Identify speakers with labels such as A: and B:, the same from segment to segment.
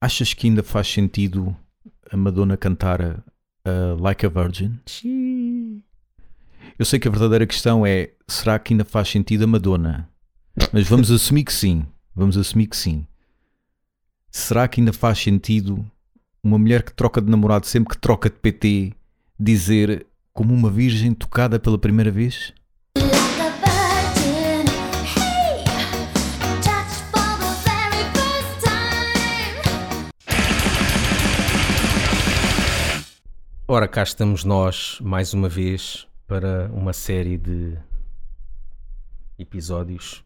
A: Achas que ainda faz sentido a Madonna cantar a Like a Virgin? Eu sei que a verdadeira questão é: será que ainda faz sentido a Madonna? Mas vamos assumir que sim. Vamos assumir que sim. Será que ainda faz sentido uma mulher que troca de namorado sempre que troca de PT dizer como uma virgem tocada pela primeira vez?
B: Ora, cá estamos nós, mais uma vez, para uma série de episódios.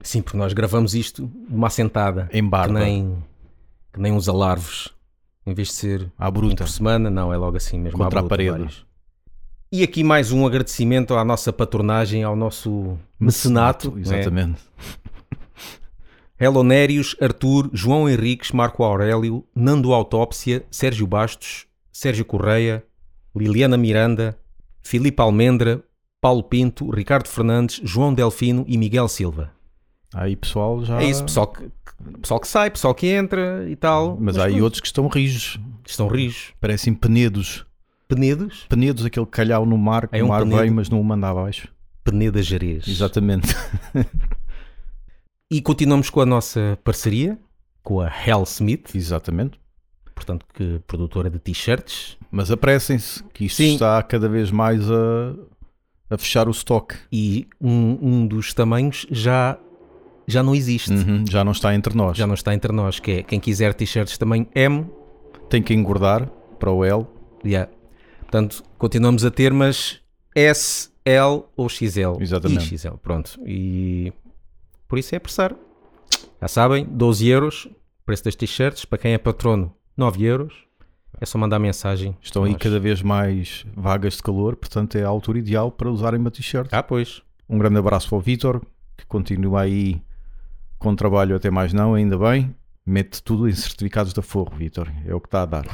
B: Sim, porque nós gravamos isto de uma assentada.
A: Em
B: Que
A: barba,
B: nem, que nem uns alarvos. Em vez de ser
A: à
B: um
A: bruta.
B: por semana, não, é logo assim mesmo. à
A: Contra a
B: bruta,
A: parede.
B: vários. E aqui mais um agradecimento à nossa patronagem, ao nosso mecenato. não é?
A: Exatamente.
B: Helonérios, Arthur, João Henriques, Marco Aurélio, Nando Autópsia, Sérgio Bastos, Sérgio Correia, Liliana Miranda, Filipe Almendra, Paulo Pinto, Ricardo Fernandes, João Delfino e Miguel Silva.
A: Aí pessoal já.
B: É isso, pessoal que, que- pessoal que sai, pessoal que entra e tal.
A: Mas há aí
B: pronto,
A: outros que estão rijos,
B: Estão rijos.
A: parecem penedos.
B: Penedos?
A: Penedos, aquele calhau no mar que
B: É um
A: o mar
B: penedo.
A: vem, mas não o manda abaixo.
B: Peneda Jerez.
A: Exatamente.
B: E continuamos com a nossa parceria com a Hell Smith,
A: Exatamente.
B: portanto, que é produtora de t-shirts.
A: Mas apressem-se, que isto
B: Sim.
A: está cada vez mais a, a fechar o estoque.
B: E um, um dos tamanhos já, já não existe.
A: Uhum, Já não está entre nós.
B: Já não está entre nós, que é quem quiser t-shirts tamanho M.
A: Tem que engordar para o L.
B: Yeah. Portanto, continuamos a ter, mas S, L ou XL.
A: Exatamente.
B: E XL, pronto. E por isso é apressar. Já sabem, 12 euros, preço das t-shirts. Para quem é patrono, 9 euros. É só mandar mensagem.
A: Estão aí
B: Nós.
A: cada vez mais vagas de calor, portanto é a altura ideal para usarem uma t-shirt.
B: Ah, pois.
A: Um grande abraço para o Vitor, que continua aí com trabalho até mais não, ainda bem. Mete tudo em certificados da Forro, Vitor. É o que está a dar.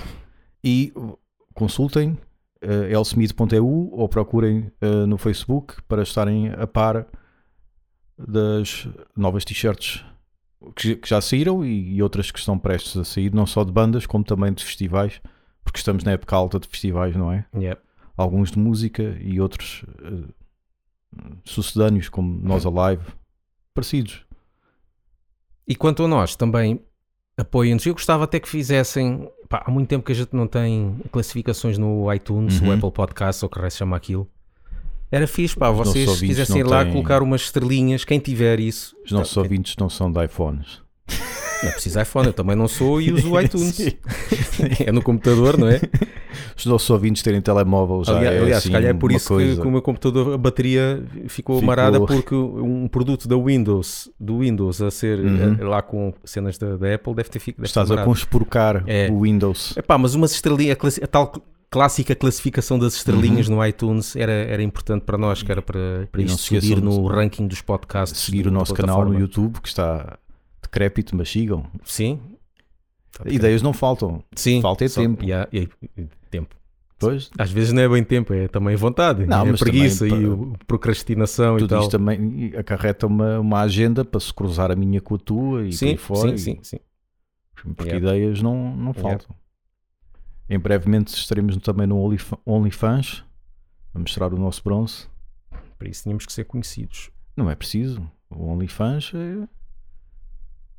A: E uh, consultem eh, lsmith.eu ou procurem eh, no Facebook para estarem a par das novas t-shirts que, que já saíram e, e outras que estão prestes a sair, não só de bandas como também de festivais, porque estamos na época alta de festivais, não é?
B: Yeah.
A: alguns de música e outros eh, sucedâneos, como Nós Alive, parecidos.
B: E quanto a nós, também apoiem-nos. Eu gostava até que fizessem. pá, há muito tempo que a gente não tem classificações no iTunes,
A: Uhum.
B: ou Apple Podcasts, ou o que resta chama aquilo. Era fixe, pá,
A: nossos
B: vocês se
A: ouvintes
B: quisessem ir
A: não
B: lá
A: têm-
B: colocar umas estrelinhas, quem tiver isso.
A: Os nossos
B: Então,
A: ouvintes não são de iPhones.
B: Não é preciso iPhone, eu também não sou e uso o iTunes.
A: Sim.
B: é no computador, não é?
A: Os nossos ouvintes terem telemóvel já
B: aliás,
A: é
B: aliás,
A: assim
B: se calhar é por
A: uma
B: isso
A: coisa.
B: que, que o meu computador, a bateria ficou
A: Ficou.
B: marada porque um produto da Windows, do Windows a ser
A: Uhum.
B: eh, lá com cenas da, da Apple, deve ter ficado.
A: Estás a conspurcar
B: É.
A: o Windows.
B: Epá, mas umas estrelinhas, a, classi- a tal cl- clássica classificação das estrelinhas no iTunes era, era importante para nós, que era para, para
A: Uhum. E não
B: isto
A: se esqueçam
B: subir
A: de-
B: no ranking dos podcasts.
A: Seguir
B: do-
A: o
B: da
A: nosso canal no
B: plataforma.
A: YouTube, que está decrépito, mas sigam.
B: Sim.
A: Ideias não faltam.
B: Sim.
A: falta é tempo.
B: yeah, e- e- tempo.
A: Pois,
B: Às vezes não é bem tempo, é também vontade.
A: Não,
B: é
A: mas
B: preguiça
A: também
B: e
A: para-
B: o- procrastinação e
A: tudo
B: tal.
A: isto também acarreta uma, uma agenda para se cruzar a minha com a tua e por
B: sim,
A: aí fora.
B: sim,
A: e-
B: sim, sim.
A: Porque
B: Yeah.
A: ideias não, não
B: Yeah.
A: faltam. Em brevemente estaremos também no Onlyf- OnlyFans a mostrar o nosso bronze.
B: Para isso tínhamos que ser conhecidos.
A: Não é preciso. O OnlyFans é,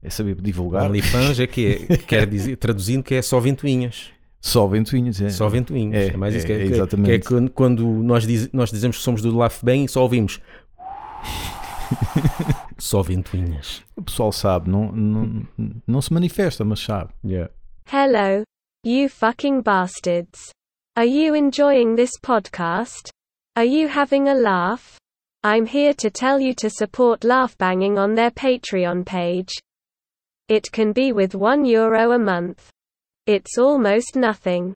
A: é saber divulgar.
B: OnlyFans é que é, quer dizer, traduzindo, que é só ventoinhas.
A: Só ventoinhas. É.
B: Só ventoinhas. É,
A: É,
B: mais
A: é,
B: isso que é, que é-
A: exatamente.
B: que é quando, quando nós, diz- nós dizemos que somos do Laugh Bem e só ouvimos. só ventoinhas.
A: O pessoal sabe, não, não, não se manifesta, mas sabe.
C: Hello, you fucking bastards. Are you enjoying this podcast? Are you having a laugh? I'm here to tell you to support Laugh Banging on their Patreon page. It can be with 1 euro a month. It's almost nothing.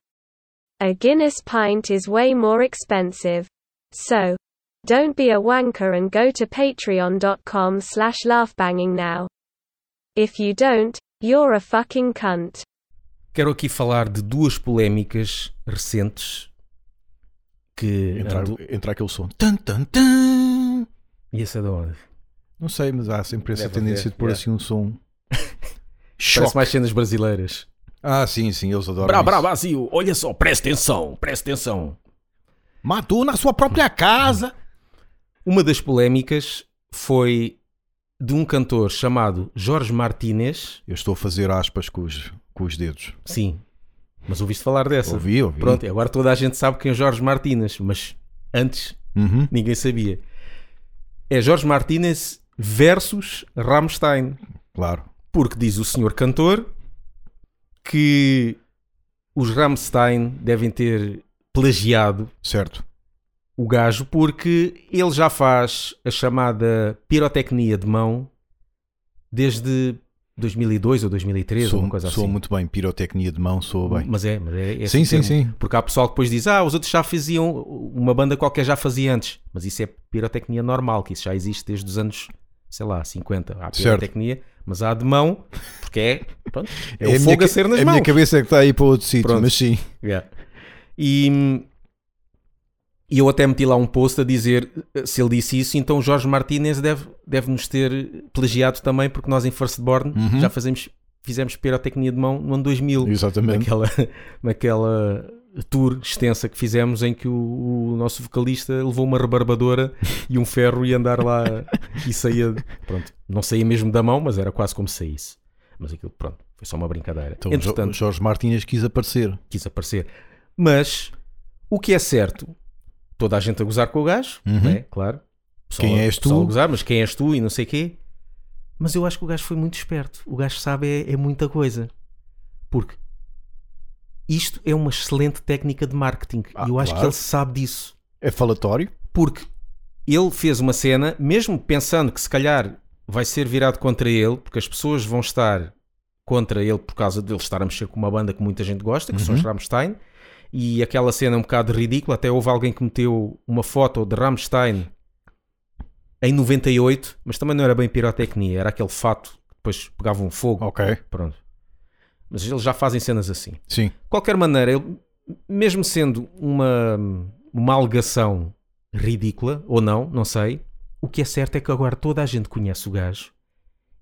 C: A Guinness pint is way more expensive. So, don't be a wanker and go to patreon.com slash laughbanging now. If you don't, you're a fucking cunt.
B: Quero aqui falar de duas polémicas recentes que.
A: Entrar,
B: andam-
A: entrar aquele som. Tan, tan, tan.
B: E essa é da onde?
A: Não sei, mas há sempre essa
B: Deve
A: tendência
B: haver,
A: de pôr
B: yeah.
A: assim um som.
B: Parece
A: Choque.
B: mais cenas brasileiras.
A: Ah, sim, sim, eles adoram.
B: Brá,
A: isso.
B: brá, vazio. Olha só, presta atenção, presta atenção.
A: Matou na sua própria casa.
B: Uma das polémicas foi de um cantor chamado Jorge Martínez.
A: Eu estou a fazer aspas com os, com os dedos.
B: Sim, mas ouviste falar dessa. é?
A: Ouvi, ouvi.
B: Pronto, e agora toda a gente sabe quem é Jorge Martínez, mas antes
A: Uhum.
B: ninguém sabia. É Jorge Martínez versus Rammstein.
A: Claro.
B: Porque diz o senhor cantor que os Rammstein devem ter plagiado
A: Certo.
B: o gajo porque ele já faz a chamada pirotecnia de mão desde 2002 ou 2013,
A: Sou,
B: alguma coisa
A: sou
B: assim.
A: muito bem. Pirotecnia de mão, sou bem.
B: Mas é, mas é, é
A: sim, sim,
B: esse o termo.
A: sim.
B: Porque há pessoal que depois diz, ah, os outros já faziam, uma banda qualquer já fazia antes. Mas isso é pirotecnia normal, que isso já existe desde os anos, sei lá, 50. Há
A: Certo.
B: pirotecnia, mas há de mão, porque é, pronto, é,
A: É
B: o
A: minha
B: fogo a
A: ca-
B: ser nas
A: a
B: mãos.
A: minha cabeça é que está aí para outro sítio,
B: Pronto.
A: mas sim.
B: Yeah. E, e eu até meti lá um post a dizer, se ele disse isso, então Jorge Martínez deve, deve nos ter plagiado também, porque nós em Firstborn
A: Uhum.
B: já fazemos, fizemos pirotecnia de mão no ano 2000
A: Exatamente.
B: naquela, naquela tour extensa que fizemos em que o, o nosso vocalista levou uma rebarbadora e um ferro e andar lá e saía, pronto, não saía mesmo da mão, mas era quase como se saísse. Mas aquilo, pronto, foi só uma brincadeira.
A: Então,
B: Entretanto,
A: o Jorge Martínez quis aparecer.
B: quis aparecer. Mas o que é certo, toda a gente a gozar com o gajo,
A: Uhum.
B: né? claro. Pessoal-
A: Quem és tu?
B: pessoal A gozar, mas quem és tu e não sei quê. Mas eu acho que o gajo foi muito esperto. O gajo sabe é, é muita coisa. Porque isto é uma excelente técnica de marketing.
A: Ah,
B: e eu acho que
A: claro.
B: ele sabe disso
A: É falatório?
B: porque ele fez uma cena, mesmo pensando que se calhar vai ser virado contra ele, porque as pessoas vão estar contra ele por causa dele estar a mexer com uma banda que muita gente gosta, que são os Rammstein, e aquela cena é um bocado ridícula, até houve alguém que meteu uma foto de Rammstein em 98, mas também não era bem pirotecnia, era aquele fato que depois pegava um fogo,
A: Ok.
B: pronto. Mas eles já fazem cenas assim
A: Sim.
B: de qualquer maneira, ele, mesmo sendo uma, uma alegação ridícula ou não, não sei, o que é certo é que agora toda a gente conhece o gajo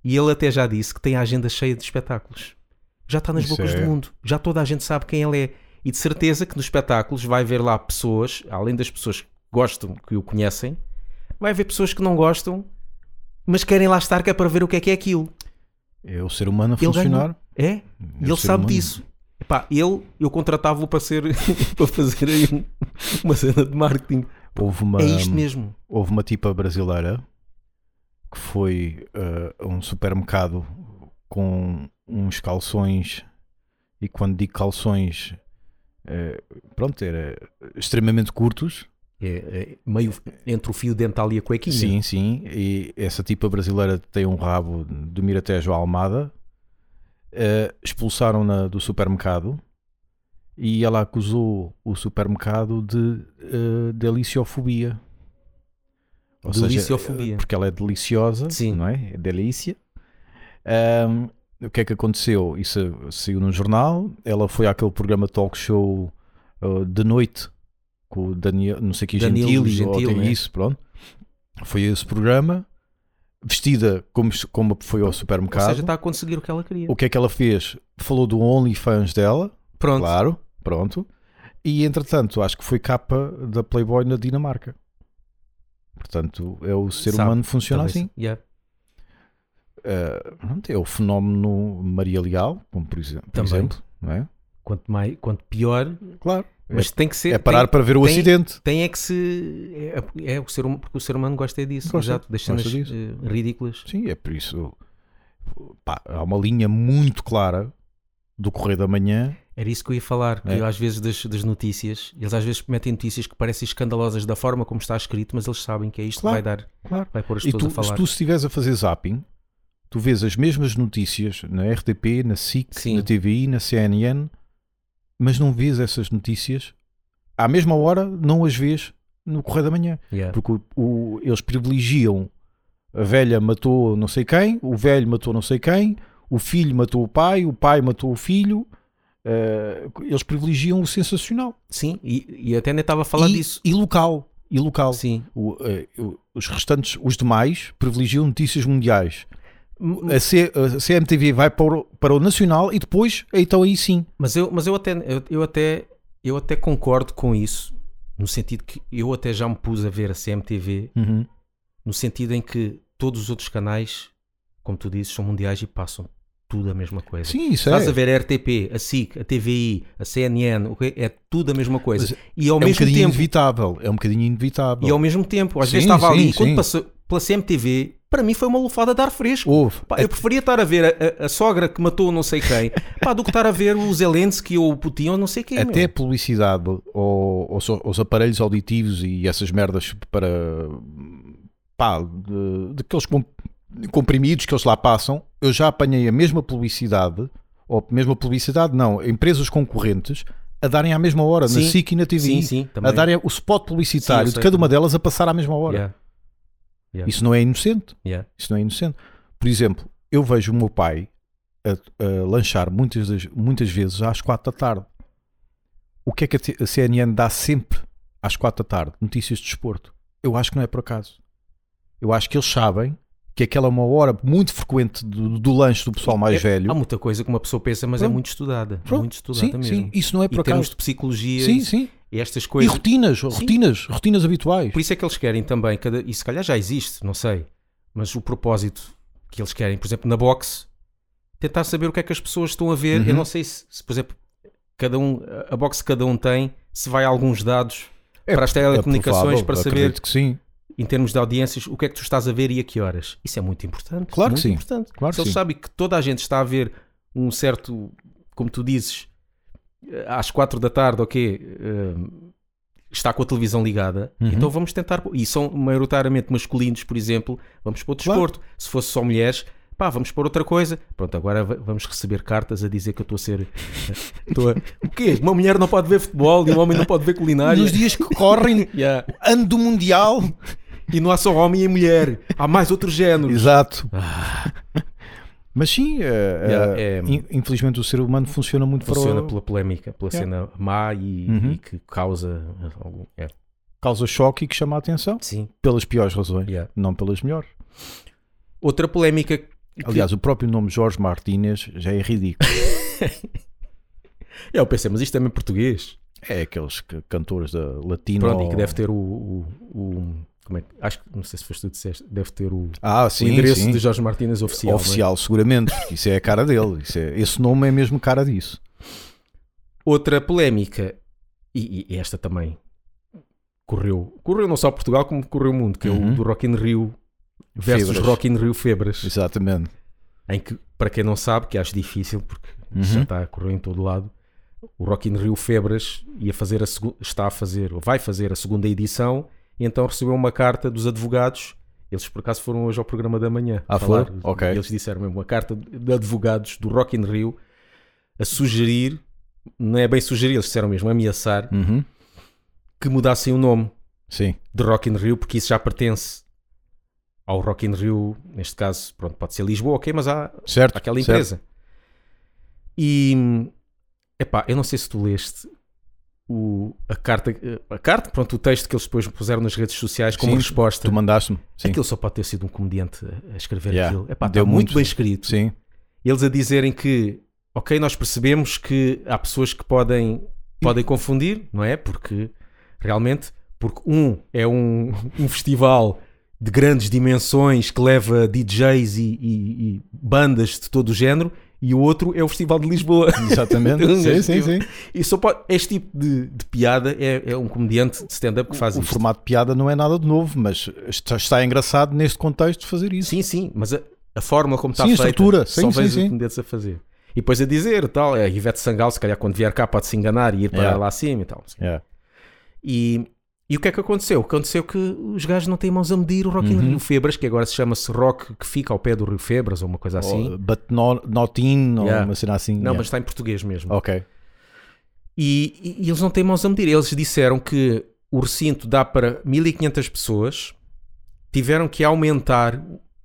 B: e ele até já disse que tem a agenda cheia de espetáculos. Já está nas
A: Isso
B: bocas
A: é.
B: do mundo, já toda a gente sabe quem ele é. E de certeza que nos espetáculos vai haver lá pessoas, além das pessoas que gostam, que o conhecem, vai haver pessoas que não gostam, mas querem lá estar que é para ver o que é que é aquilo.
A: É o ser humano a
B: Ele
A: funcionar.
B: É?
A: É
B: E
A: o
B: ele
A: ser
B: sabe
A: humano.
B: disso. Epá, ele, eu contratava-o para, ser, para fazer aí um- uma cena de marketing.
A: Houve uma,
B: é isto mesmo.
A: houve uma tipa brasileira que foi eh, a um supermercado com uns calções e quando digo calções eh, pronto, era extremamente curtos
B: É, é meio entre o fio dental e a cuequinha.
A: sim, sim e essa tipa brasileira tem um rabo do Miratejo à Almada eh, expulsaram-na do supermercado e ela acusou o supermercado de eh, deliciofobia Ou seja,
B: Deliciofobia.
A: porque ela é deliciosa,
B: Sim.
A: não é? É delícia. Ahm, o que é que aconteceu? Isso saiu no jornal. Ela foi àquele programa talk show ah, de noite com o Daniel, não sei que
B: Danilo
A: Gentili, ou
B: Gentili,
A: até
B: né?
A: isso, pronto. Foi esse programa, vestida como, como foi ao
B: Ou
A: supermercado.
B: seja, tá está a conseguir o que ela queria.
A: O que é que ela fez? Falou do OnlyFans dela,
B: Pronto.
A: claro, pronto. E entretanto, acho que foi capa da Playboy na Dinamarca. Portanto, é o ser
B: Sabe,
A: humano funciona
B: Talvez.
A: assim.
B: Yeah.
A: Uh, pronto, é o fenómeno Maria Leal, como por exemplo, por
B: Também.
A: exemplo, não é?
B: Quanto, mais, quanto pior,
A: Claro.
B: mas tem que ser.
A: é parar
B: tem,
A: para ver o
B: tem-
A: acidente.
B: tem é que se. É, é o ser, hum- porque o ser humano gosta é disso.
A: Gosta,
B: exato. Das cenas
A: gosta disso.
B: eh, ridículas.
A: Sim, é por isso. Pá, há uma linha muito clara do correr da manhã.
B: Era isso que eu ia falar, que
A: É.
B: eu, às vezes das, das notícias, eles às vezes metem notícias que parecem escandalosas da forma como está escrito, mas eles sabem que é isto
A: Claro,
B: que vai dar,
A: Claro.
B: vai pôr as
A: E
B: pessoas
A: tu,
B: a
A: se
B: falar.
A: tu estiveres a fazer zapping, tu vês as mesmas notícias na RTP, na SIC,
B: Sim.
A: na TVI, na CNN, mas não vês essas notícias à mesma hora, não as vês no correr da manhã.
B: Yeah.
A: Porque o- o- eles privilegiam a velha matou não sei quem, o velho matou não sei quem, o filho matou o pai, o pai matou o filho. eh, eles privilegiam o sensacional
B: Sim, e, e até nem estava a falar
A: e,
B: disso.
A: e local. E local.
B: Sim,
A: O, eh, o- os restantes, os demais, privilegiam notícias mundiais. A, C- a CMTV vai para o, para o Nacional e depois, então aí sim.
B: Mas eu, mas eu até, eu, eu até, eu até concordo com isso, no sentido que eu até já me pus a ver a CMTV,
A: Uhum.
B: no sentido em que todos os outros canais, como tu dizes, são mundiais e passam tudo a mesma coisa.
A: Sim, isso
B: Estás
A: é.
B: a ver a RTP, a SIC, a TVI, a CNN, ok? é tudo a mesma coisa. e
A: É
B: ao
A: um
B: mesmo
A: bocadinho
B: tempo,
A: inevitável. É um bocadinho inevitável.
B: e ao mesmo tempo, às
A: Sim,
B: vezes
A: sim,
B: estava ali, quando
A: sim.
B: passou pela CMTV, para mim foi uma lufada de ar fresco.
A: Houve.
B: Pá, eu preferia estar a ver a, a- a sogra que matou não sei quem, pá, do que estar a ver o Zelensky ou o Putin ou não sei quem. meu.
A: Até a É publicidade ou, ou só- os aparelhos auditivos e essas merdas para pá, de- daqueles com- comprimidos que eles lá passam, eu já apanhei a mesma publicidade, ou a mesma publicidade, não, empresas concorrentes a darem à mesma hora,
B: Sim,
A: na SIC e na TV,
B: Sim, sim,
A: a
B: também.
A: darem o spot
B: Sim, eu
A: publicitário
B: sei
A: de cada uma
B: também.
A: delas a passar à mesma hora.
B: Yeah, yeah.
A: Isso não é inocente.
B: yeah.
A: Isso não é inocente. Por exemplo, eu vejo o meu pai a, a lanchar muitas, das- muitas vezes às quatro da tarde. O que é que a T- a CNN dá sempre às quatro da tarde? Notícias de desporto. Eu acho que não é por acaso. Eu acho que eles sabem que aquela é uma hora muito frequente do, do lanche do pessoal mais
B: É-
A: velho.
B: Há muita coisa que uma pessoa pensa, mas é
A: Pronto.
B: muito estudada.
A: Pronto.
B: Muito estudada
A: sim,
B: mesmo.
A: sim, isso não é por
B: em termos
A: acaso.
B: de psicologia,
A: Sim,
B: isso-
A: sim.
B: estas
A: E
B: coisas.
A: rotinas, rotinas, rotinas habituais.
B: Por isso é que eles querem também, cada, e se calhar já existe, não sei, mas o propósito que eles querem, por exemplo, na boxe, tentar saber o que é que as pessoas estão a ver.
A: Uhum.
B: Eu não sei se, se, por exemplo, cada um, a boxe que cada um tem, se vai a alguns dados
A: É
B: para as telecomunicações,
A: provável,
B: para saber,
A: acredito que sim.
B: em termos de audiências, o que é que tu estás a ver e a que horas. Isso é muito importante.
A: Claro que
B: muito
A: sim.
B: Importante.
A: Claro
B: se
A: que
B: eles
A: sim.
B: sabem que toda a gente está a ver um certo, como tu dizes, eh, às quatro da tarde, ok, eh, está com a televisão ligada,
A: Uhum.
B: então vamos tentar. pôr- E são maioritariamente masculinos, por exemplo, vamos pôr
A: Claro.
B: desporto. Se fosse só mulheres. Pá, vamos pôr outra coisa. Pronto, agora va- vamos receber cartas a dizer que eu estou a ser. estou a- O quê? Uma mulher não pode ver futebol e um homem não pode ver culinária.
A: Nos dias que correm,
B: Yeah.
A: ano do Mundial.
B: E não há só homem e mulher, há mais outro género.
A: Exato. Mas sim, eh,
B: Ah. Yeah,
A: eh,
B: é-
A: in- infelizmente o ser humano funciona muito
B: Funciona
A: para o-
B: pela polémica, pela cena má e,
A: Uhum.
B: e que causa algum. é.
A: causa choque e que chama a atenção
B: Sim.
A: pelas piores razões,
B: Yeah.
A: não pelas melhores.
B: Outra polémica. que-
A: Aliás, o próprio nome Jorge Martínez já é ridículo.
B: eu pensei, mas isto também é português.
A: É aqueles que- cantores da latina.
B: Pronto,
A: ou-
B: e que deve ter o. o- o- como é que. Acho que. Não sei se foste tu que disseste. Deve ter o,
A: Ah,
B: o
A: sim,
B: endereço
A: sim.
B: de Jorge Martínez oficial. não é?
A: Oficial, seguramente, porque isso é a cara dele. Isso é- esse nome é mesmo cara disso.
B: Outra polémica. E, e esta também. Correu. Correu não só Portugal, como correu o mundo, que é o
A: Uhum.
B: do Rock in Rio versus
A: Febras.
B: Rock in Rio Febras.
A: Exatamente.
B: em que, para quem não sabe, que acho difícil porque
A: Uhum.
B: já está a correr em todo lado, o Rock in Rio Febras ia fazer a segu- está a fazer, ou vai fazer a segunda edição, e então recebeu uma carta dos advogados. Eles por acaso foram hoje ao programa da manhã.
A: Ah,
B: falar.
A: foram? Ok.
B: Eles disseram mesmo uma carta de advogados do Rock in Rio a sugerir, não é bem sugerir, eles disseram mesmo ameaçar
A: Uhum.
B: que mudassem o nome
A: Sim.
B: de Rock in Rio, porque isso já pertence ao Rock in Rio, neste caso, pronto, pode ser Lisboa, ok, mas há
A: Certo.
B: àquela
A: certo.
B: empresa. E epá, eu não sei se tu leste o, a carta, a carta, pronto, o texto que eles depois puseram nas redes sociais como
A: Sim,
B: resposta.
A: Tu mandaste-me. Sim.
B: Aquilo só pode ter sido um comediante a- a escrever
A: Yeah,
B: aquilo. Epá, está
A: deu
B: muito,
A: muito.
B: bem escrito.
A: Sim.
B: Eles a dizerem que, ok, nós percebemos que há pessoas que podem, podem confundir, não é? Porque realmente, porque um é um, um festival de grandes dimensões que leva DJs e, e- e bandas de todo o género, e o outro é o Festival de Lisboa.
A: Exatamente.
B: Então,
A: sim,
B: este
A: sim,
B: tipo-
A: sim.
B: E só pode- este tipo de, de piada é, é um comediante de stand-up que faz
A: o
B: isto.
A: formato de piada não é nada de novo, mas está, está engraçado neste contexto fazer isso.
B: Sim, sim, mas a, a forma como está
A: Sim, a
B: feita,
A: estrutura, sim,
B: só
A: sim,
B: vejo os
A: sim.
B: comediantes a fazer. E depois a dizer, tal, a Ivete Sangal, se calhar quando vier cá pode se enganar e ir para
A: Yeah.
B: lá acima e tal.
A: É.
B: E, e o que é que aconteceu? Aconteceu que os gajos não têm mãos a medir o Rock in
A: Uhum.
B: Rio Febras, que agora se chama-se Rock que fica ao pé do Rio Febras ou uma coisa assim.
A: Ou, uh, but not, not in,
B: Yeah.
A: ou uma cena assim.
B: não,
A: Oh, yeah. Oh.
B: mas está em português mesmo.
A: Ok.
B: E, e- e eles não têm mãos a medir. Eles disseram que o recinto dá para 1500 pessoas, tiveram que aumentar,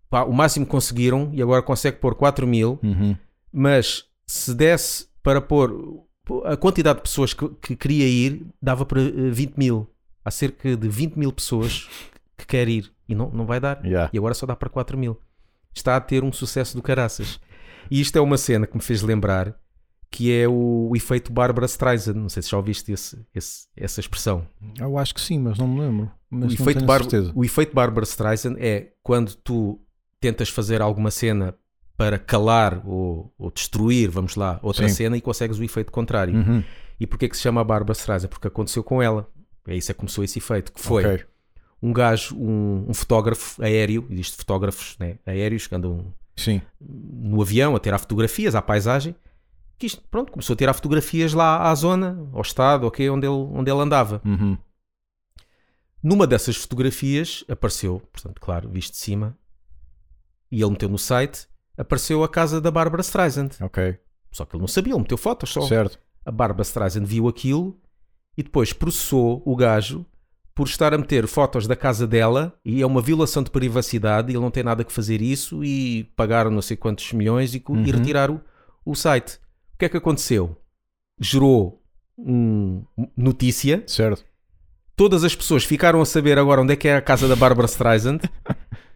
B: pá, o máximo que conseguiram, e agora consegue pôr 4000,
A: Uhum.
B: mas se desse para pôr a quantidade de pessoas que, que queria ir, dava para eh, 20 mil. Há cerca de 20 mil pessoas que quer ir e não, não vai dar.
A: Yeah.
B: E agora só dá para 4 mil. está a ter um sucesso do caraças. E isto é uma cena que me fez lembrar que é o, o efeito Barbara Streisand. Não sei se já ouviste esse- esse- essa expressão.
A: Eu acho que sim, mas não me lembro. Mas não
B: o, efeito
A: tenho
B: Bar-
A: certeza.
B: o efeito Barbara Streisand é quando tu tentas fazer alguma cena para calar ou, ou destruir, vamos lá, outra
A: Sim.
B: cena e consegues o efeito contrário.
A: Uhum,
B: E porquê que se chama Barbara Streisand? Porque aconteceu com ela. É isso é que começou esse efeito, que foi
A: ok.
B: um gajo, um, um fotógrafo aéreo, existe fotógrafos né, aéreos que andam
A: Sim.
B: no avião a tirar fotografias à paisagem, que isto, pronto, começou a tirar fotografias lá à zona, ao estado, ok, onde ele, onde ele andava.
A: Uhum.
B: Numa dessas fotografias apareceu, portanto, claro, visto de cima, e ele meteu no site, apareceu a casa da Barbara Streisand.
A: Ok.
B: Só que ele não sabia, ele meteu fotos só.
A: Certo.
B: A Barbara Streisand viu aquilo e depois processou o gajo por estar a meter fotos da casa dela e é uma violação de privacidade, ele não tem nada que fazer isso e pagaram não sei quantos milhões e, co- e
A: Uhum.
B: retiraram o, o site. O que é que aconteceu? Gerou hum, notícia,
A: Certo.
B: Todas as pessoas ficaram a saber agora onde é que é a casa da Barbara Streisand.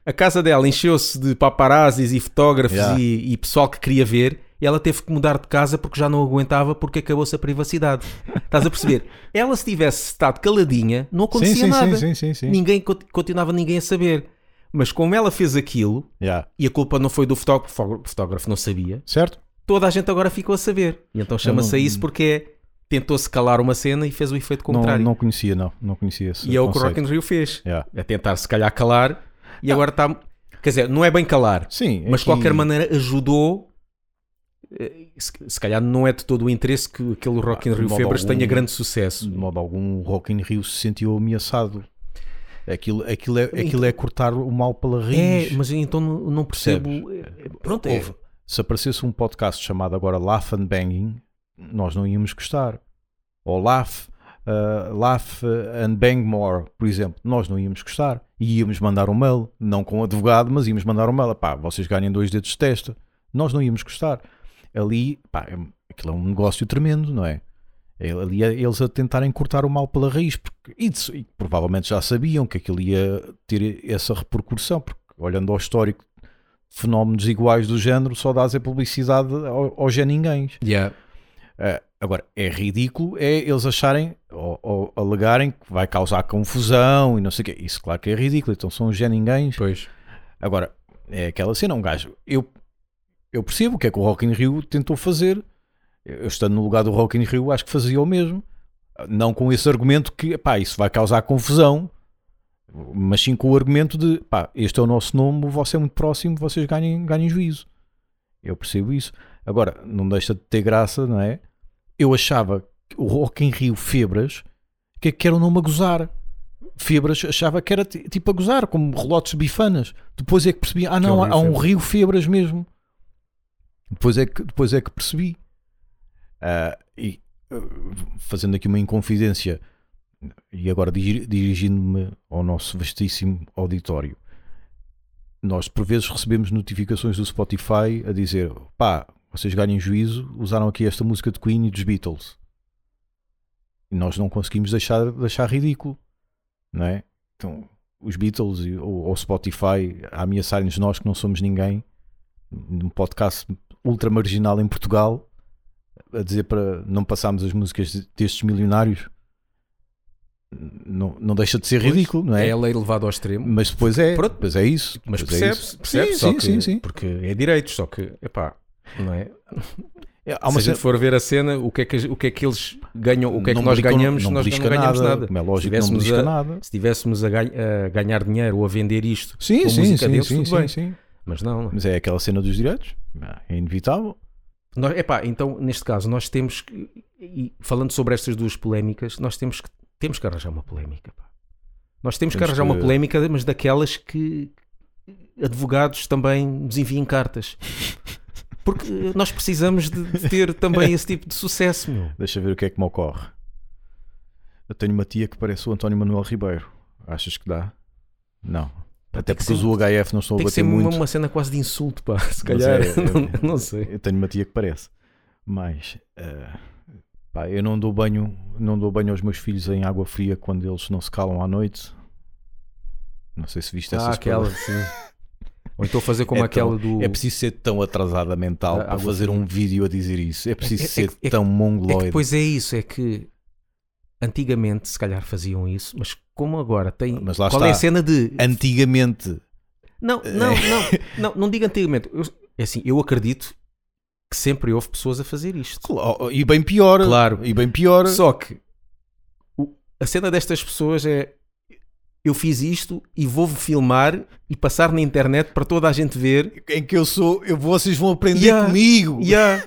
B: A casa dela encheu-se de paparazzis e fotógrafos
A: Yeah.
B: e, e pessoal que queria ver. E ela teve que mudar de casa porque já não aguentava porque acabou-se a privacidade. Estás a perceber? Ela se tivesse estado caladinha, não acontecia
A: Sim, sim, sim,
B: nada.
A: sim, sim, sim.
B: Ninguém cont- continuava ninguém a saber. Mas como ela fez aquilo,
A: Yeah.
B: e a culpa não foi do fotógrafo, o fotógrafo não sabia,
A: Certo?
B: toda a gente agora ficou a saber. E então chama-se a isso porque é- tentou-se calar uma cena e fez o efeito
A: Não,
B: contrário.
A: não conhecia, não. Não conhecia esse
B: E é o que o Rock
A: conceito.
B: in Rio fez.
A: Yeah.
B: A É tentar, se calhar, calar. E agora está... Quer dizer, não é bem calar.
A: Sim.
B: Mas, de
A: aqui-
B: qualquer maneira, ajudou... Eh, Se se calhar não é de todo o interesse que aquele Rock in
A: Ah, de
B: Rio
A: modo
B: Febras
A: algum.
B: tenha grande
A: De
B: sucesso.
A: modo algum, o Rock in Rio se sentiu ameaçado. Aquilo, aquilo, é, aquilo é cortar o mal pela
B: Então, É,
A: raiz.
B: mas então não não percebo... eh, Pronto, é...
A: Houve. Se aparecesse um podcast chamado agora Laugh and Banging, nós não íamos gostar. Ou Laugh, ah, Laugh and Bang More, por exemplo, nós não íamos gostar. E íamos mandar um mail, não com advogado, mas íamos mandar um mail. Pá, vocês ganham dois dedos de testa. Nós não íamos gostar. Ali, pá, é- aquilo é um negócio tremendo, não é? É Ali é eles a tentarem cortar o mal pela raiz, porque, e, de- e provavelmente já sabiam que aquilo ia ter essa repercussão, porque olhando ao histórico fenómenos iguais do género só dás a publicidade ao- aos janinguéns.
B: Yeah.
A: Ah, agora, é ridículo é eles acharem ou, ou alegarem que vai causar confusão e não sei o quê. Isso claro que é ridículo, então são os janinguéns.
B: Pois.
A: Agora, é aquela cena, um gajo. Eu, eu percebo o que é que o Rock in Rio tentou fazer. Eu estando no lugar do Rock in Rio, acho que fazia o mesmo. Não com esse argumento que, pá, isso vai causar confusão. Mas sim com o argumento de, pá, este é o nosso nome, você é muito próximo, vocês ganhem, ganhem juízo. Eu percebo isso. Agora, não deixa de ter graça, não é? Eu achava que o Rock in Rio Febras que, que era um nome a gozar. Febras achava que era ti- tipo a gozar, como relotes de bifanas. Depois é que percebi, ah não, há
B: é o Rio
A: há um Rio Febras mesmo. Depois é que, depois é que percebi. Ah, e ah, fazendo aqui uma inconfidência, e agora diri- dirigindo-me ao nosso vastíssimo auditório. Nós por vezes recebemos notificações do Spotify a dizer pá, vocês ganhem juízo, usaram aqui esta música de Queen e dos Beatles. E nós não conseguimos deixar, deixar ridículo, não é? Então, os Beatles e- ou ou o Spotify a ameaçarem-nos nós que não somos ninguém, num podcast ultra marginal em Portugal, a dizer para não passarmos as músicas de- destes milionários. Não, não deixa de ser ridículo, não é?
B: É ela é levada ao extremo.
A: Mas depois é,
B: Pronto.
A: depois é isso.
B: Mas
A: depois é isso.
B: percebe-se, percebe
A: Sim,
B: só
A: sim,
B: que,
A: sim, sim.
B: porque é direito, só que, epá, não é?
A: É, há uma
B: se a
A: cena-
B: gente for ver a cena, o que é que, o que, é que eles ganham, o que é que
A: não
B: nós
A: belisca-
B: ganhamos, nós não
A: belisca
B: ganhamos nada.
A: Como é lógico, não
B: tivéssemos
A: belisca
B: a-
A: nada.
B: Se estivéssemos a, gan- a ganhar dinheiro ou a vender isto, com
A: Sim,
B: a
A: sim,
B: música
A: sim,
B: deles,
A: sim,
B: tudo
A: sim,
B: bem.
A: sim.
B: mas não.
A: Mas é aquela cena dos direitos. É inevitável.
B: Nós, epá, então, neste caso, nós temos que, e falando sobre estas duas polémicas, nós temos que, temos que arranjar uma polémica. pá. Nós temos, que
A: Temos
B: arranjar
A: que-
B: uma polémica, mas daquelas que advogados também nos enviem cartas. Porque eh, nós precisamos de, de ter também esse tipo de sucesso, meu.
A: Deixa ver o que é que me ocorre. Eu tenho uma tia que parece o António Manuel Ribeiro. Achas que dá? Não. Até
B: tem que
A: porque os
B: ser-
A: UHF não estão a
B: Tem que ser
A: bater
B: uma,
A: muito.
B: uma cena quase de insulto, pá. Se
A: Mas
B: calhar,
A: é- é-
B: não, não sei.
A: Eu tenho uma tia que parece. Mas eh, pá, eu não dou banho, não dou banho aos meus filhos em água fria quando eles não se calam à noite. Não sei se viste
B: Ah,
A: essas
B: aquela,
A: coisas.
B: sim. Ou então fazer como
A: É
B: aquela
A: tão-
B: do.
A: É preciso ser tão atrasada mental
B: Ah,
A: para
B: ah,
A: fazer um vídeo a dizer isso. É preciso
B: é- é
A: ser
B: que- é que-
A: tão
B: É
A: mongoloide.
B: que pois é isso, é que antigamente se calhar faziam isso, mas como agora tem.
A: Mas lá
B: Qual
A: está.
B: é a cena de.
A: Antigamente,
B: Não, não, não, não, não diga antigamente. Eu, é assim, eu acredito que sempre houve pessoas a fazer isto.
A: cla- e bem pior.
B: Claro.
A: E bem pior.
B: Só que o- a cena destas pessoas é eu fiz isto e vou filmar e passar na internet para toda a gente ver.
A: Em que eu sou, eu, vocês vão aprender
B: Yeah.
A: comigo.
B: Yeah.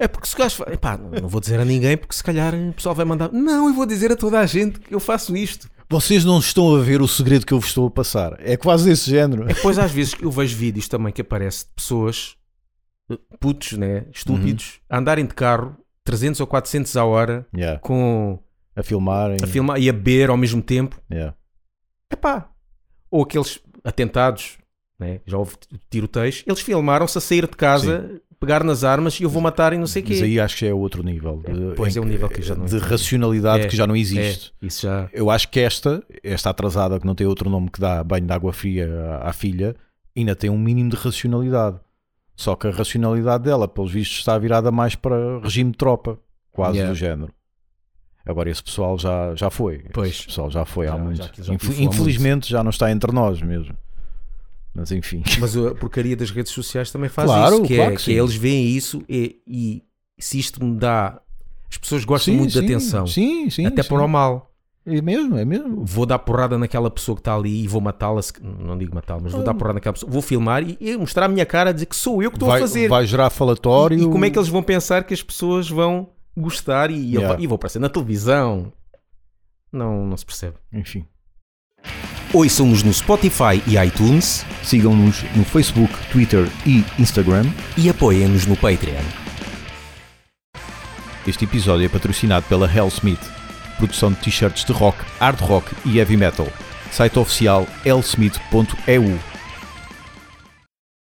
B: É porque se o gajo fa- epá, não não vou dizer a ninguém porque se calhar o pessoal vai mandar. Não, eu vou dizer a toda a gente que eu faço isto.
A: Vocês não estão a ver o segredo que eu vos estou a passar. É quase desse género.
B: É que depois às vezes eu vejo vídeos também que aparece de pessoas eh, putos, né, estúpidos,
A: Uhum.
B: a andarem de carro 300 ou 400 a hora
A: Yeah.
B: com
A: A filmarem.
B: a filmar e a beber ao mesmo tempo.
A: Yeah.
B: Epá. Ou aqueles atentados, né? já houve tiroteios, eles filmaram-se a sair de casa, pegar nas armas e eu vou matar e não sei o quê.
A: Mas aí acho que é outro nível. de-
B: Pois
A: em
B: é um nível que já não
A: de racionalidade
B: É,
A: que já não
B: É,
A: existe.
B: isso já.
A: Eu acho que esta, esta atrasada que não tem outro nome que dá banho de água fria à, à filha, ainda tem um mínimo de racionalidade. Só que a racionalidade dela, pelos vistos, está virada mais para regime de tropa, quase
B: Yeah.
A: do género. Agora, esse pessoal já, já foi.
B: Pois.
A: Esse pessoal já foi há
B: Já- já
A: muito.
B: aquilo já
A: Infel-
B: pifou há
A: Infelizmente, já não está entre nós mesmo. Mas enfim.
B: Mas a porcaria das redes sociais também faz
A: Claro,
B: isso, que,
A: claro
B: é,
A: que
B: é
A: sim.
B: eles veem isso e, e se isto me dá. As pessoas gostam muito de atenção,
A: Sim, sim.
B: até
A: sim.
B: para o mal.
A: É mesmo, é mesmo.
B: Vou dar porrada naquela pessoa que está ali e vou matá-la. se- Não digo matá-la, mas vou
A: Hum.
B: dar porrada naquela pessoa. Vou filmar e, e mostrar a minha cara a dizer que sou eu que estou
A: Vai,
B: a fazer.
A: vai gerar falatório.
B: E como é que eles vão pensar que as pessoas vão gostar e, e ele
A: Yeah.
B: vai- e vão aparecer na televisão? Não, não se percebe.
A: Enfim.
B: Ouçam-nos no Spotify e iTunes
A: Sigam-nos no Facebook, Twitter e Instagram.
B: e apoiem-nos no Patreon.
A: Este episódio é patrocinado pela Hellsmith, produção de t-shirts de rock, hard rock e heavy metal. Site oficial hellsmith.eu.